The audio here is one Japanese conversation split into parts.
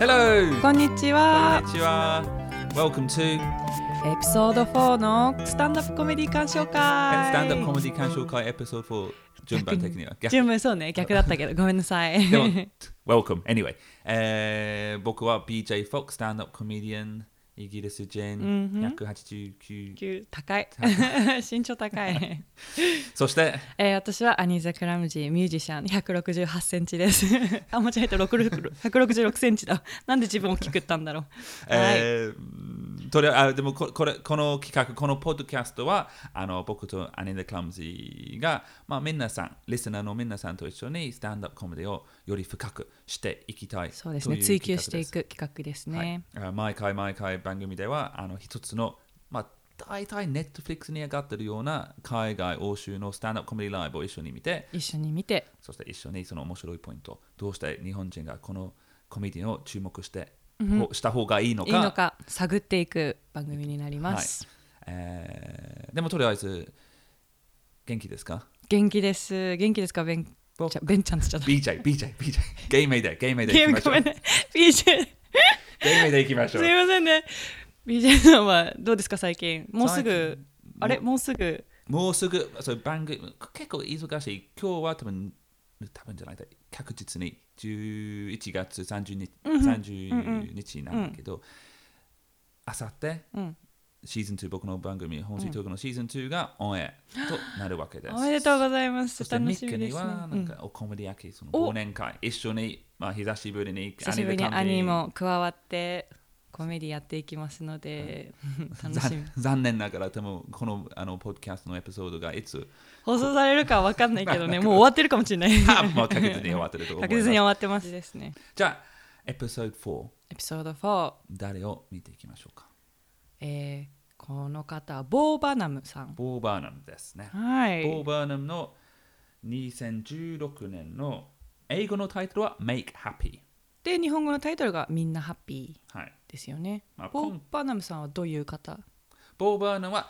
Hello. こんにちは。 Konnichiwa. Welcome to エピソード4のスタンダップコメディ鑑賞会。 Stand Up Comedy 鑑賞会 Episode 4順番的には逆順番そうね、逆だったけど、ごめんなさい。で も Welcome anyway、えー、僕は BJ Fox Stand Up Comedian イギリス人、うんうん 189級高い。身長 高い。そしてえー、私はアニーザ・クラムジー、ミュージシャン、168セン チです。あ、間違えた、6 166センチだ。なんで自分大きく言ったんだろう。はい。えーとりあえずあでもここれこの企画このポッドキャストはあの僕とアニー・クラムジーが、まあ、皆さんリスナーの皆さんと一緒にスタンダップコメディをより深くしていきたいそうですといね、追求して企画いですく企画ですはいね。あ毎回毎回番組ではあの一つの、まあ、大体ネットフリックスに上がってるような海外欧州のスタンダップコメディライブを一緒に見て一緒に見て、そして一緒にその面白いポイントどうして日本人がこのコメディを注目して、ほした方がいいのいかいのか探っていく番組になります。えーでもとりあえず元気ですか元気です。元気ですか、ベンぼちゃベンちゃんって言っちゃっ ?BJ、た。BJ、BJ。ゲ イメイデー、ゲイメイデーゲー行きましムょごう。めんね。BJ、ゲイメイデー行きましすょ。いうませんね。BJ さんはどうですか、最近。もうすぐ、あれ、もうすぐ。もうすぐ、そう番組、結構忙しい。今日は多分、多分じゃない、確実に11月30日 ,30 日なんだけど、あさって、うんシーズン2、僕の番組、本水トークのシーズン2がオンエアとなるわけです。おめでとうございまそしす。て楽ミしックみでにすね。はうなんんかおコメディア系そのお忘年会一緒にまあ久しぶりに久しぶりにア兄ニメも加わって、コメディやっていきますので、 楽しみ残。残念ながらでもこのあのポッドキャストのエピソードがいつ放送されるかわかんない けどね、もう終わってるかもしれない。多分もう確実に終わってると思い確ま実すに終わってますですね。じゃあエピソード4エピソード4、誰を見ていきましょうかえー、この方はボーバナムさん。ボー・バーナムですね、はい。ボー・バーナムの2016年の英語のタイトルは Make Happy、で日本語のタイトルが「みんなハッピはいー」ですよね。まあボこーん・バーナムさんはどういう方、ボー・バーナムは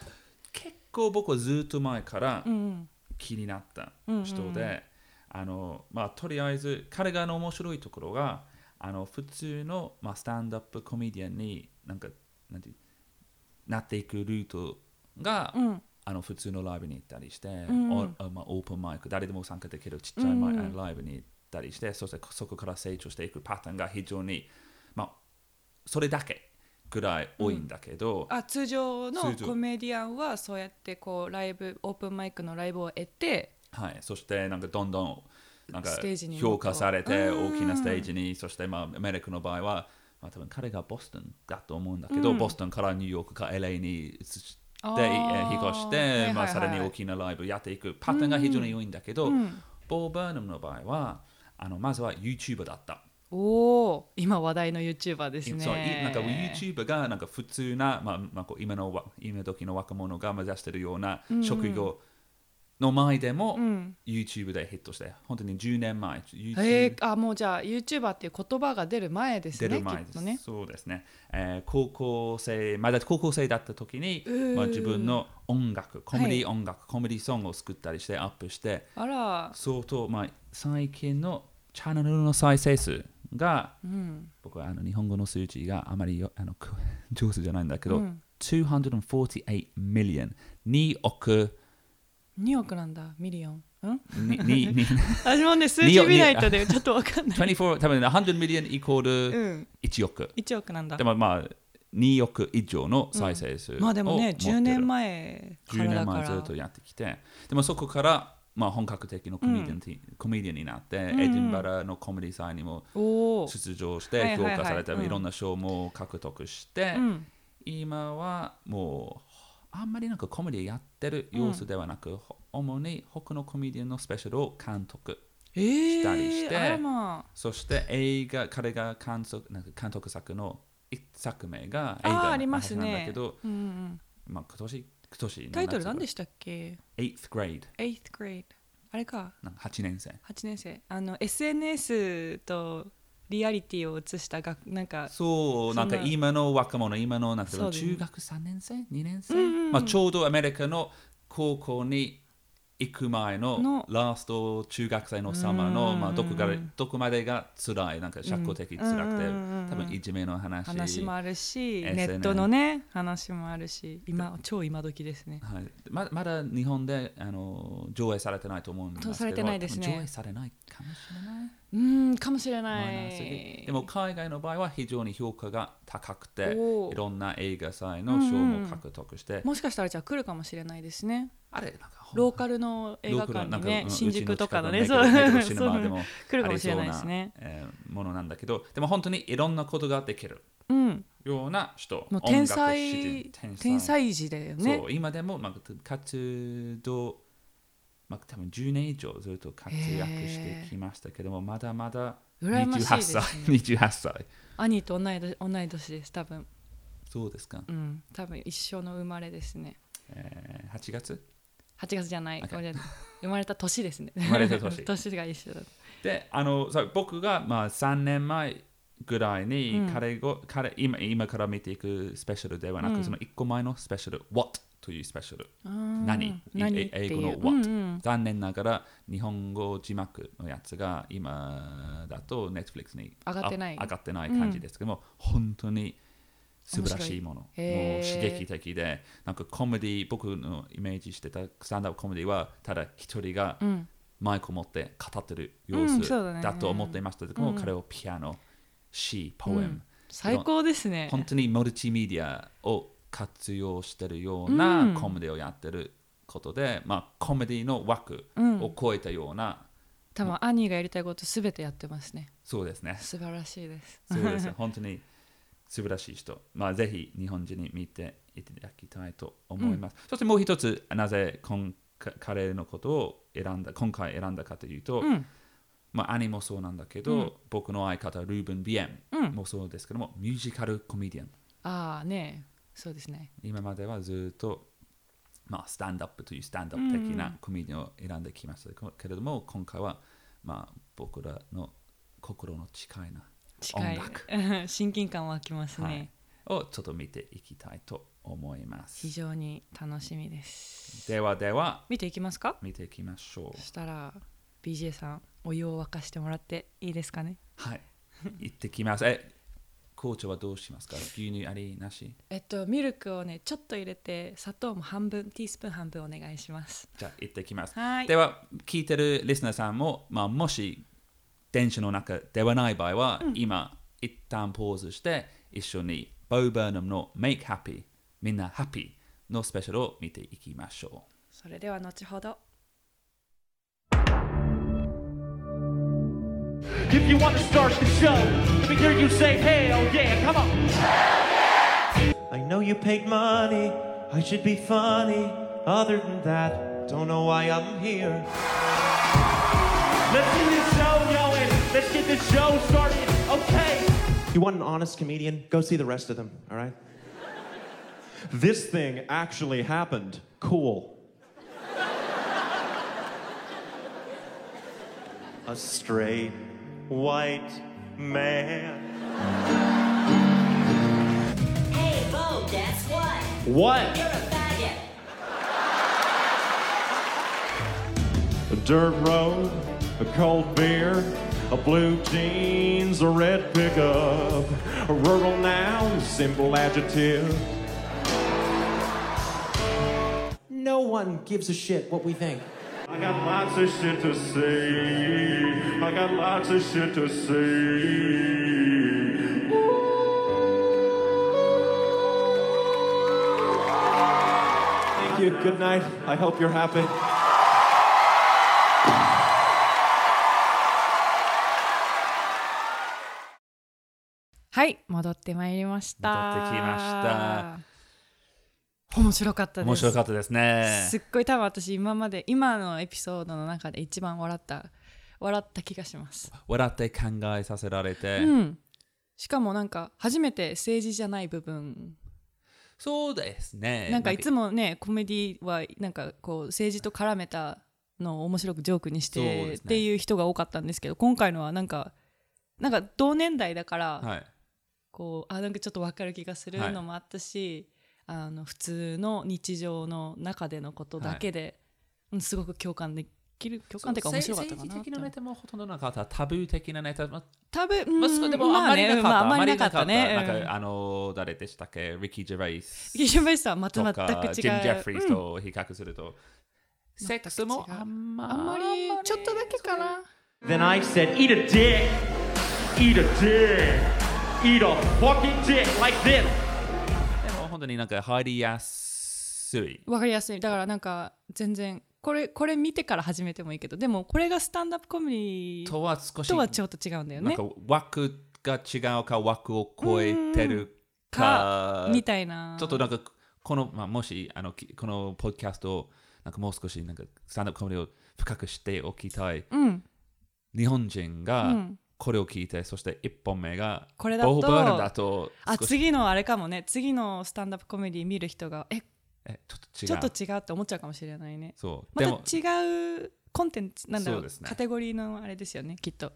結構僕はずっと前からうん、気になったうんうん人で、あのまあ、とりあえず彼がの面白いところがあの普通の、まあ、スタンダップコメディアンになんかなんていうなっていくルートが、うんあの普通のライブに行ったりして、んおあまあ、オープンマイク誰でも参加できるちっちゃいマイ、ライブに行ったりしてそしてそこから成長していくパターンが非常に、まあ、それだけぐらい多いんだけど、あ通常の通常コメディアンはそうやってこうライブオープンマイクのライブを得てはい、そしてなんかどんどんなんかステージに評価されてうん大きなステージにそしてまあアメリカの場合は、まあ、多分彼がボストンだと思うんだけど、ボストンからニューヨークか LA に移しであーえー引っ越して、はいはいはいまあ、さらに大きなライブやっていくパターンが非常に多いんだけど、んボー・バーナムの場合はあのまずは YouTuber だった。おお今話題の YouTuber ですね。そういなんか YouTube がなんか普通な、まあまあ、こう今のわ今時の若者が目指しているような職業の前でも、うん、 YouTube でヒットして本当に10年前 YouTube えー、あもうじゃあ YouTuber っていう言葉が出る前です出ねる前きでっす、とね。そうですね、えー高校生まだ高校生だった時に、まあ、自分の音楽コメディ音楽、コメディソングを作ったりしてアップしてあら、相当、まあ、最近のチャンネルの再生数がうん、僕はあの日本語の数字があまりよあのく上手じゃないんだけど、うん248 million 2億2億なんだミリオン。 うん、ににに私もね数字見ないとねちょっとわか んない。 24多分100 million イコールうん、 1億、 1億なんだで。もまあ2億以上の再生数をまあでも持っねてる10年前か10らだ年から前ずっとやってきてでもそこからまあ本格的なコメディアン,、コメディアンになって、エディンバラのコメディ祭にもおお、出場しはていはい評はい価されたり、うんいろんな賞も獲得して、うん、今はもうあんまりなんかコメディやってる様子ではなく、ほ主に他のコメディアンのスペシャルを監督えー、したりしてあらまあそして映画彼が監督なんか監督作の一作目が映あー画ありのま話すなんだねけど、うんうんまあ、今年、今年タイトル何でししたっけた ?8th grade、 ?8th grade あれかなんか8年生。 8年生あの SNS とリアリティを映したがなんかそう、なんかそんな今の若者、今のなんていうそのうです中学3年生 ?2 年生、うんうんまあ、ちょうどアメリカの高校に行く前ののラスト中学生の様の、うんまあ、どこからどこまでが辛いなんか社交的辛くて、うんうんうんうん多分いじめの話話もあるし、 SNS ネットのね話もあるし今超今時ですねはい、ままだ日本であの上映されてないと思うんですけどされてないですね多分上映されないかもしれないうんかもしれマなイナーすぎいでも海外の場合は非常に評価が高くておーいろんな映画祭の賞も獲得して、もしかしたらじゃあ来るかもしれないですねあれなんかローカルの映画館にね新宿とかのねそそううそうシネマでも来るかもしれないですねありそうなえーものなんだけどでも本当にいろんなことができるうんような人もう音天楽詩才人天才児だよねそう今でも、まあ、活動、まあ、多分10年以上ずっと活躍してきましたけどもまだまだ羨ましい28です歳ね ,28 歳兄と同い年同い年です多分そうですか、うん多分一生の生まれですねえー、8月8月じゃない、 Okay これ生まれた年ですね生まれた年 年が一緒だであのそう僕が、まあ、3年前ぐらいにうん彼ご、彼今今から見ていくスペシャルではなく、うんその1個前のスペシャル「What」というスペシャル何何何ってい英う語の What うんうん残念ながら日本語字幕のやつが今だと Netflix に上がってないあ上がってない感じですけども、本当に素晴らしいものもう面白いへー刺激的でなんかコメディ僕のイメージしてたスタンダップコメディはただ一人がうんマイクを持って語ってる様う子んそうだねだと思っていましたけども、うん彼をピアノ詩ポエうム、ん最高ですね本当にマルチメディアを活用してるようなうんコメディをやってることで、まあコメディの枠うんを超えたような、多分兄がやりたいことすべてやってますねそうです ね素晴らしいですそうです本当に素晴らしい人、まあ、ぜひ日本人に見ていただきたいと思います、そしてもう一つなぜ今回彼のことを選んだ今回選んだかというと、うんまあ、兄もそうなんだけど、うん僕の相方ルーブン・ビエうンんもそうですけども、ミュージカルコメディアンああねそうですね今まではずっと、まあ、スタンダップというスタンダップ的うなコメディを選んできましたこけれども、今回は、まあ、僕らの心の近いな近い音楽 親近感湧きますね、はいをちょっと見ていきたいと思います非。常に楽しみですではでは見ていきますか見ていきましょ。そうしたら BJ さんお湯を沸かしてもらっていいですかねはい。 行ってきます。え、紅茶はどうしますか牛乳ありなしえっとミルクをねちょっと入れて砂糖も半分ティースプーン半分お願いしますじゃあ行ってきます。はいでは、聞いてるリスナーさんも、まあ、もし電車の中ではない場合は、今、一旦ポーズして、一緒にボーバーナムの Make Happy、みんな Happy のスペシャルを見ていきましょう。それでは後ほど If you want to start the show, let me hear you say, hell yeah, come on. I know you paid money, I should be funny. Other than that, don't know why I'm here. Let's get this show going. Let's get this show started. Okay. You want an honest comedian? Go see the rest of them, all right? this thing actually happened. Cool. A straight white man. Hey, Bo, guess what? What? You're a faggot. A dirt road, a cold beer, a blue jeans, a red pickup, a rural noun, simple adjective. No one gives a shit what we think. I got lots of shit to say. I got lots of shit to say. Thank you. Good night. I hope you're happy. はい戻ってまいりました戻ってきました面白かったです面白かったですね。すっごい多分私今まで今のエピソードの中で一番笑った笑った気がします、笑って考えさせられて。うん、しかもなんか初めて政治じゃない部分そうですね。なんかいつももねコメディはなんかこう政治と絡めたのを面白くジョークにしそうですねてっていう人が多かったんですけど今回のはなんかなんか同年代だから、はい。こうあなんかちょっと分かる気がするはいのもあったし、あの普通の日常の中でのことだけで、うんすごく共感できる共感っていうか面白かったかな政治的なネタもほとんどなかった。タブー的なネタ。まあ多分、まあ、うそんうでもあんまりなかった。まあねまああんまりなかったね。なんうんか、あの、誰でしたっけリッキー・ジェレイス。ギリシャベースはまたと全か、くジム・ジェフ違リうー。ズと比較すると。セックスも全く違うあんまあんまりちょっとだけかな。 Then I said, eat a dick, eat a dick, eat a fucking dick like this. でも本当になんか入りやすい。わかりやすいだからなんか全然これこれ見てから始めてもいいけどでもこれがスタンダップコメディとは少し。とはちょっと違うんだよなんねか枠が違うか枠を超えてるかかみたいなちょっとなんかこの、まあ、もしあのきこのポッドキャストをなんかもう少しなんかスタンダップコメディを深くしておきたいうん日本人うがんこれを聞いてそして一本目がこれだとボーバルだとあ少し次のあれかもね次のスタンダップコメディ見る人がええちちょょっっとと違う違うって思っちゃうかもしれないねそうまでたも違うコンテンツなんだろそううですねカテゴリーのあれですよねきっと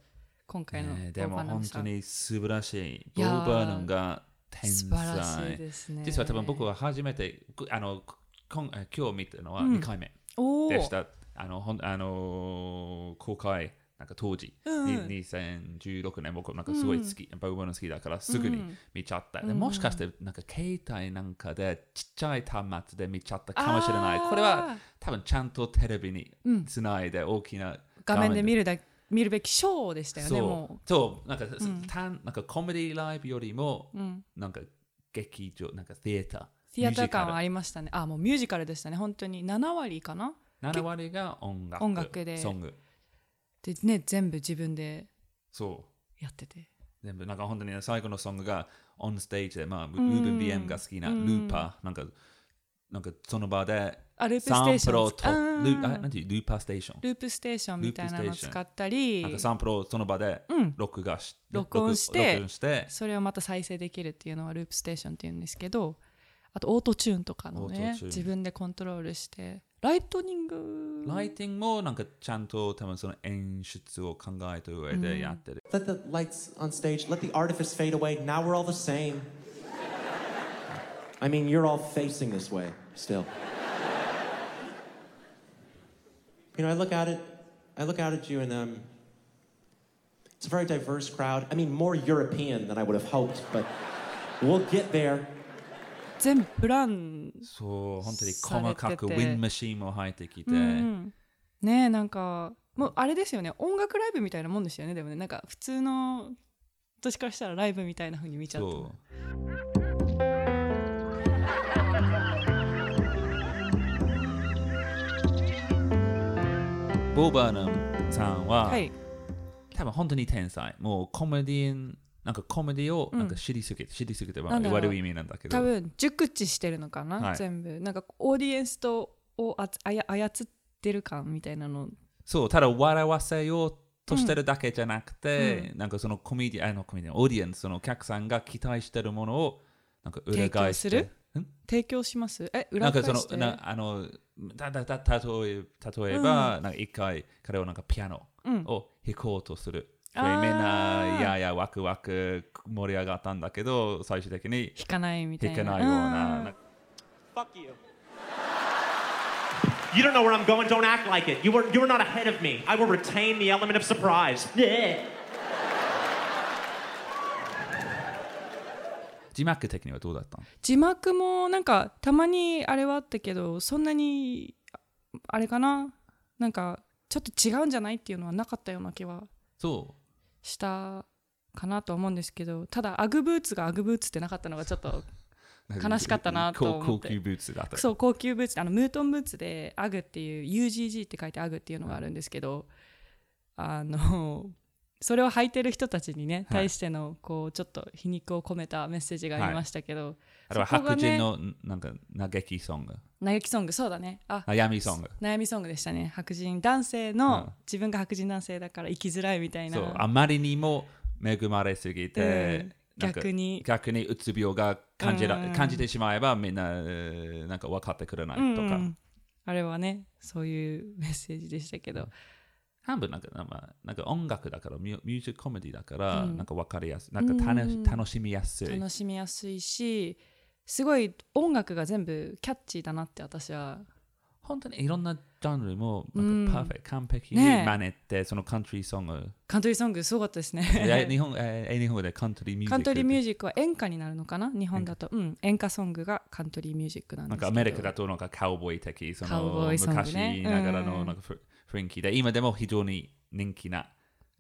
今回の、ねでもボーバーナ本ムさ当んに素晴らしいボいやーーバーナムが天素晴らしい才ですね実は多分僕は初めてくあの今今日見たのはうん2回目、おでーした。あの、ほんあのー公開、なんか当時、うんうんに2016年、僕なんかすごい好き、バグバーの好きだから、すぐに見ちゃった。でもしかして、なんか携帯なんかで、ちっちゃい端末で見ちゃったかもしれないあ。ーこれは、多分ちゃんとテレビにつないで、大きな画面で見る。るだ見るべきショーでしたよねもうそう、そうなんか、たん、なんかコメディライブよりも、なんか劇場、なんかシアター。シアター感はあミュージりましたね。あ、もうミュージカルでしたね。本当に7割かな。カル7割が音楽。音楽でソング。でね、全部自分でそう。やってて。全部なんか本当に最後のソングがオンステージで、まあ、ルーブン BM が好きなルーパー、なんか、なんかその場であループステサンーシプョルンをと、ルうんーあなんていうルーパーステーション。ループステーションみたいなループのをステーション使ったなんりか、サンプルをその場で録画し、録音して録音して、それをまた再生できるっていうのはループステーションっていうんですけど、あとオートチューンとかのオートねチュ、ーン自分でコントロールして、ライトニング。ライティングもなんかちゃんと多分その演出を考えた上でやってる。 Let the lights on stage, let the artifice fade away. Now we're all the same. I mean, you're all facing this way still. You know, I look out at I look out at you and um it's a very diverse crowd. I mean, more European than I would have hoped, but we'll get there. 全部プラン、そう、本当にされて細てかくウィンマシーンも入ってきて、うんね、なんか、もうあれですよね、音楽ライブみたいなもんですよね、でもね、なんか普通の私からしたらライブみたいな風に見ちゃった。そう。ボーバーナムさんは、はい。多分本当に天才。もうコメディアン、なんかコメディをなんか知りすぎて、知りすぎて、まなあんだろう悪い意味なんだけど。多分熟知してるのかな、はい全部なんかオーディエンスとをあつあや操ってる感みたいなのそう、ただ笑わせようとしてるだけじゃなくて、なんかそのコメディアン、あのコメディアン、オーディエンス、そのお客さんが期待してるものを、なんか裏返して。提供ん提供しますえな裏んか返そしての、なあの、ただた例え例えば、なんか一回彼はなんかピアノを弾こうとする。であみんーな、いやいや、ワクワク盛り上がったんだけど、最終的に弾かないみたい弾なけないような。なんか Fuck you. You don't know where I'm going, don't act like it. You were, you were not ahead of me. I will retain the element of surprise. Yeah. 字幕的にはどうだったの字幕もなんかたまにあれはあったけどそんなにああれかななんかちょっと違うんじゃないっていうのはなかったような気はそしたかなと思うんですけどただアグブーツがアグブーツってなかったのがちょっとう。悲しかったなと思っ高高て級ブーツだった。そう高級ブーツあのムートンブーツでアグっていう UGG って書いてアグっていうのがあるんですけど、あの それを履いてる人たちにね、はい対してのこうちょっと皮肉を込めたメッセージがありましたけど、あれはそこ白がね人のなんか嘆きソング、嘆きソングそうだねあ悩みソング。悩みソングでしたね白人男性うの、ん自分が白人男性だから生きづらいみたいなそうあまりにも恵まれすぎて、うんなんか逆に逆にうつ病が感じら、うん感じてしまえばみんなえーなんか分かってくれないとか、うんあれはねそういうメッセージでしたけど半分なんかなんかなんか音楽だからミュミュージックコメディだから、うんなんか分かりやすいなんか楽,、楽しみやすい楽しみやすいしすごい音楽が全部キャッチーだなって私は本当にいろんなジャンルもなんかパーフェクト、完璧にねえ真似て、そのカントリーソング、カントリーソングすごかったですいや日ね。本えー日本語でカントリーミュージック。カントリーミュージックは演歌になるのかな日本だと。うん、演歌ソングがカントリーミュージックなんですなんけどかアメリカだとなんかカウボーイ的、そカウボのーイソング昔ねながらうのんなんかふ雰囲気で、今でも非常に人気な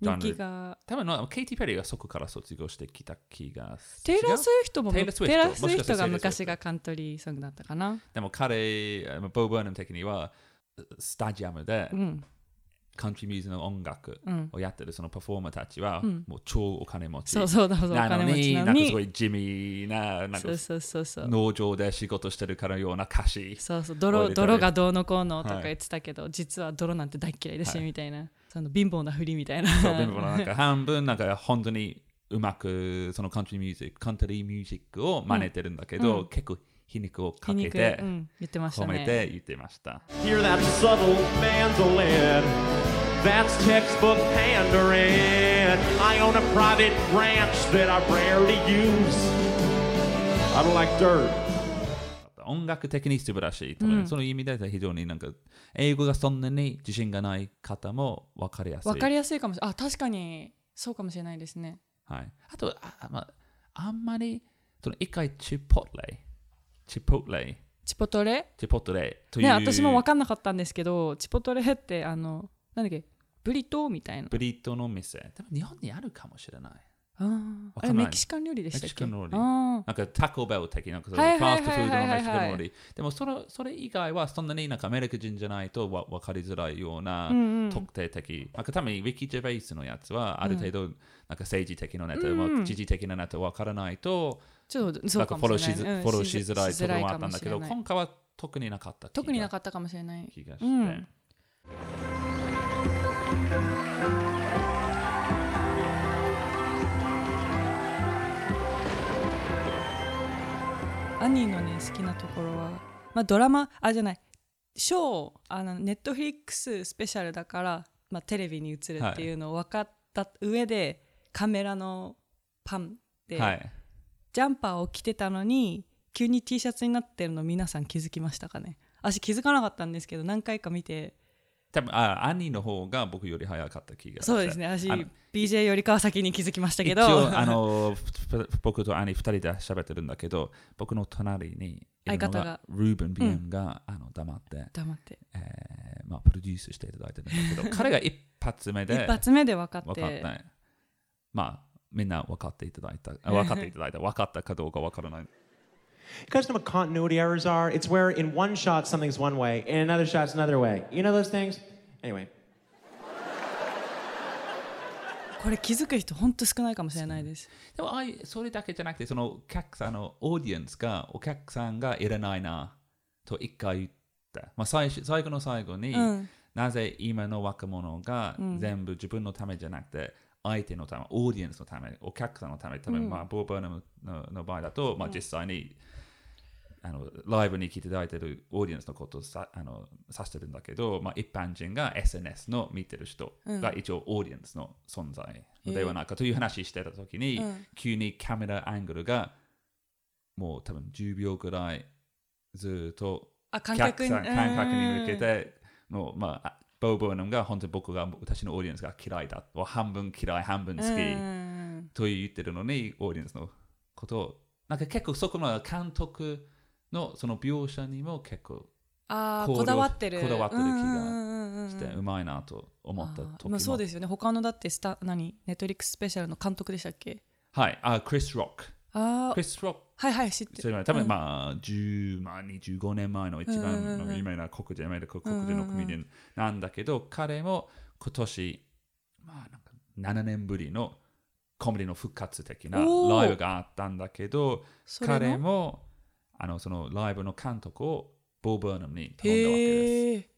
ジャン人気ル。が。多分ケイティ・ペリーがそこから卒業してきた気がすテイラ違ー・うスウィフトも、テテイイラーラー・ススウウィフトィフトがもしかした昔らがカントリーソングだったかな。でも彼、あのボー・バーナム的にはスタジアムでうん。カントリーミュージックの音楽うんをやってるそのパフォーマーたちはもう超お金持ち。そうそうそうそう、おなの金持に、ちななんかのにすご。い地味な、なんかそうそうそうそう。農場で仕事してるからような歌詞。そうそうこ泥れ泥がどうのこうのとか言ってたけど、実は泥なんて大っ嫌いだし、みたいなその貧乏なふりみたいなそう、でも なんか半分なんか本当にうまくそのカントリーミュージック、カントリーミュージックを真似てるんだけど、結構皮肉をか皮け肉、て、うん、言ってました褒めねて言ってました。 Hear that subtle mandolin. That's textbook pandering. I own a private ranch that I rarely use. I don't like dirt. 音楽的に素晴らしいと思います、その意味で非常になんか英語がそんなに自信がない方も分かりやすい。わかりやすいかもしれないあ確かにそうかもしれないですねはい、あとあ,、まあ、あんまりその一回チポレチポレチポトレチポトレという、ね私も分かんなかったんですけどチポトレってあのなんだっけブリトーみたいなブリトの店多分日本にあるかもしれない。あーわあかれんないメキシカン料理でしたメっキシけカン料理あーなんかタコベル的なそのフはァいはースいトフードのメキシカンはいはい料は理。でもそれそれ以外はそんなになんかアメリカ人じゃないとわ分かりづらいような特定的。なんか多分ウィキ・ジェベイスのやつはある程度なんか政治的なネタ、まあ知事的なネタ分からないと、ちょっとなそんうかかフォロもーしれしないづうんフォローしづらいしところもあったんしだけづらど、いかもしれない今回は特になかった気が特になかったかもしれない気がして。うんアニーのね好きなところは、まあ、ドラマあじゃないショーあのネットフリックススペシャルだから、まあ、テレビに映るっていうのを分かった上で、カメラのパンで、はい。ジャンパーを着てたのに急に T シャツになってるの皆さん気づきましたかね私気づかなかったんですけど何回か見て多分あ兄の方が僕より早かった気がしてそうですね私あの BJ よりかは先に気づきましたけど一応あのふふ僕と兄二人で喋ってるんだけど僕の隣にいるの相方がルーベン・ビーンが、あの黙って、黙ってえーまあ、プロデュースしていただいてるんだけ ど彼が一発目で一発目で分かっ分てかったねまあみんな分かっていただい たあ分かっていただいた分かったかどうか分からない You guys know what continuity errors are? It's where in one shot something's one way, in another shot's another way. You know those things? Anyway, これ気づく人ほんと少ないかもしれないですでもあいそれだけじゃなくてそのお客さんのオーディエンスがお客さんがいらないなと一回言った、まあ、最初最後の最後に、うんなぜ今の若者が全部自分のためじゃなくて、相手のため、オーディエンスのため、お客さんのため、多分、まあ、ボーバーナムのの場合だと、まあ、実際に、あのライブに来ていただいてるオーディエンスのことをさあの指してるんだけど、まあ、一般人が SNS の見てる人が一応オーディエンスの存在ではないかという話してた時に、急にカメラアングルがもう多分10秒ぐらいずっとあ観客にさん観客にうん向けての、まあ、ボーボーナムが本当に僕が私のオーディエンスが嫌いだもう半分嫌い半分好き、うんと言ってるのにオーディエンスのことをなんか結構そこの監督のその描写にも結構あー考慮こだわってるこだわってる気がうんうんうんうんしてうまいなと思ったあ時まもあ、そうですよね他のだってスタ何ネットリックススペシャルの監督でしたっけはいあクリス・ロックあクあリス・ロックはいはい知っそてれるは多分まあ10、まあ、25年前の一番の有名な黒人、アメリカ黒人のコメディアンなんだけど、彼も今年、まあ、なんか7年ぶりのコメディの復活的なおーライブがあったんだけど、それの彼もあのそのライブの監督をボー・バーナムに頼んだわけです。へえ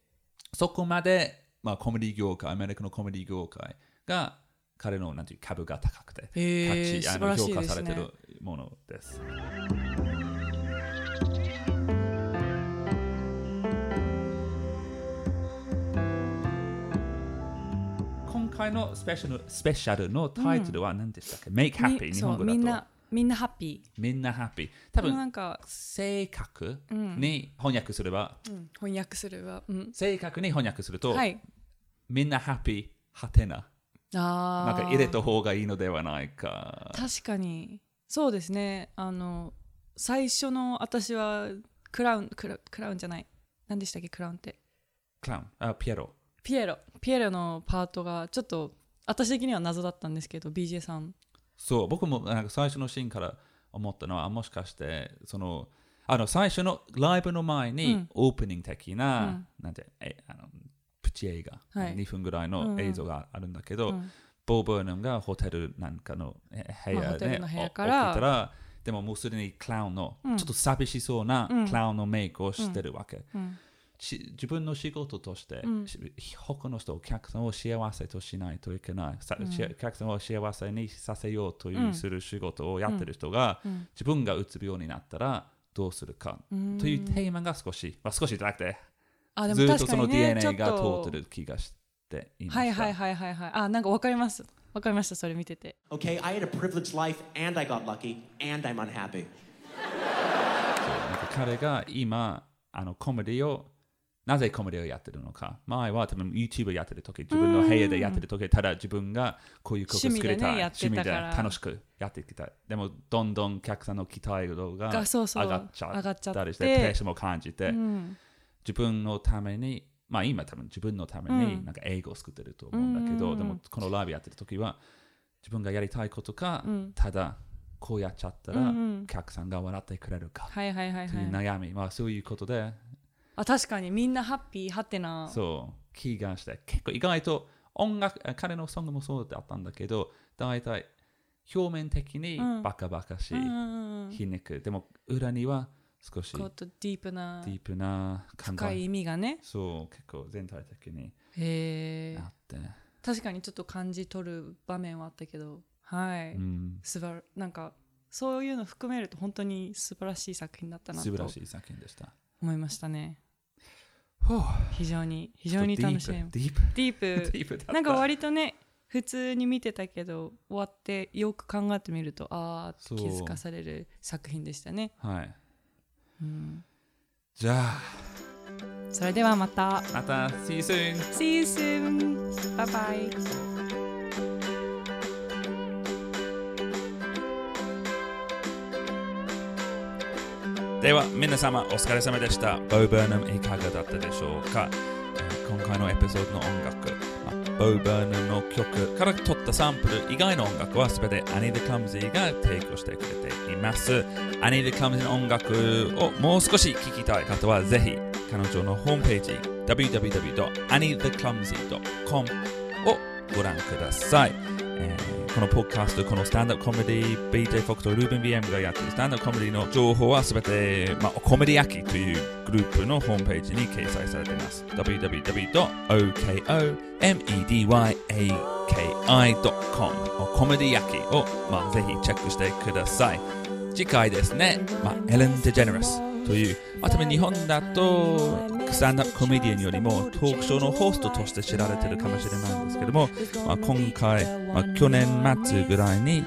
そこまで、まあ、コメディ業界、アメリカのコメディ業界が彼のなんていう株が高くて、へー価値あ素晴のらし評い価ですねされてるものです。今回のスペシャルスペシャルのタイトルは何でしたっけ、?Make み Happy 日そ本う語だと。みんなみんなハッピーみんなハッピー。多でもな分んか、性格に翻訳すれば、うん翻訳すれば、うん、正確に翻訳すると、はいみんなハッピー、ハテナ。あなーんか入れた方がいいのではないか。確かにそうですねあの最初の私はクラウンクラクラウンじゃない何でしたっけクラウンってクラウン、あピエロ。ピエロピエロのパートがちょっと私的には謎だったんですけど BJ さんそう、僕もなんか最初のシーンから思ったのは、もしかして、その、あの最初のライブの前に、うんオープニング的な、なんて、えあのプチ映画、はい2分ぐらいうんうのん映像があるんだけど、うんボー・バーナムがホテルなんかのえ部屋まあホテで、ルの部屋からお起きたら、でももうすでにクラウンの、ちょっと寂しそうなクラウンのメイクをしてるわけ。うんし自分の仕事として、し他の人お客さんを幸せとしないといけない、さしお客さんを幸せにさせようという、する仕事をやってる人が、自分がうつ病になったらどうするかというテーマが少し、まあ、少しじゃなくて、あでずっもとそ確かのにね DNA がちょっ通とってる気がしていました。はいはいはいはいはいあなんかわかりますわかりましたそれ見てて Okay, I had a privileged life and I got lucky and I'm unhappy. なんか彼が今あのコメディをなぜコメディをやってるのか前は多分 YouTube やってる時自分の部屋でやってる時ただ自分がこういう曲を作りたい趣味でねやってたから楽しくやってきたでもどんどんお客さんの期待度ががそうそう上がっち上がゃっちゃっってたりしてプレッシャーも感じて、うん自分のためにまあ今多分自分のためになんか英語を作ってると思うんだけど、でもこのライブやってる時は自分がやりたいことか、ただこうやっちゃったらお客さんが笑ってくれるか、はいはいはいとはいうい悩み、まあそういうことで、あ確かにみんなハッピーハテナそう、気がして、結構意外と音楽、あ彼のソングもそうだったんだけど、大体表面的にバカバカしい、うんうんうん皮肉、でも裏には少しこうとディープなディープな考深いえ、意味がねそう、結構全体的にへえあって、確かにちょっと感じ取る場面はあったけどはい、うん、すばなんかそういうの含めると本当に素晴らしい作品だったなと素晴らしい作品でした。思いましたねほう非常に非常に楽しちょみっとディープ、ディープディープ、ディープだった。なんか割とね普通に見てたけど終わってよく考えてみるとああそ気うづかされる作品でしたねはい。じゃあ、それではまたまた、See you soon! See you soon! Bye bye! では皆様お疲れ様でした。ボー・バーナムいかがだったでしょうかえー今回のエピソードの音楽、まあボー・バーナムの曲から取ったサンプル以外の音楽は全てアニー・デ・クラムズィが提供してくれています。アニー・デ・クラムズィの音楽をもう少し聴きたい方はぜひ彼女のホームページ www.anytheclumsy.com をご覧ください。えーこのポッドキャスト、このスタンダップコメディ、BJ フォックとルーベン VM がやっているスタンダップコメディの情報はすべて、まあ、コメディアキというグループのホームページに掲載されています。www.okomediaki.com コメディアキを、まあ、ぜひチェックしてください。次回ですね、まあ、エレン・デジェネラスという、まあ、多分日本だとスタンダップコメディアンよりもトークショーのホストとして知られてるかもしれないんですけども、まあ、今回、まあ、去年末ぐらいに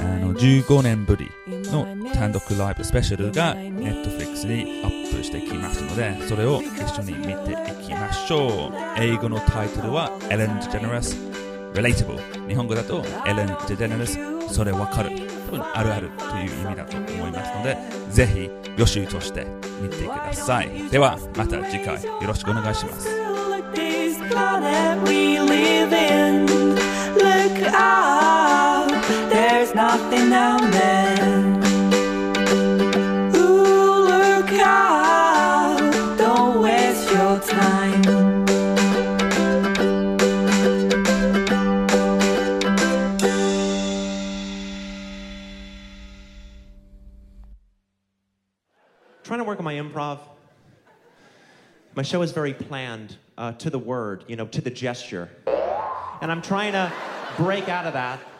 あの15年ぶりの単独ライブスペシャルが Netflix にアップしてきますのでそれを一緒に見ていきましょう英語のタイトルは Ellen DeGeneres Relatable 日本語だと Ellen DeGeneres それわかる多分あるあるという意味だと思いますのでぜひ予習として見てくださいではまた次回よろしくお願いします Look this planet we live in. Look up, there's nothing down there. Ooh, look up, don't waste your time. Trying to work on my improv. My show is very planned uh, to the word, you know, to the gesture. And I'm trying to break out of that.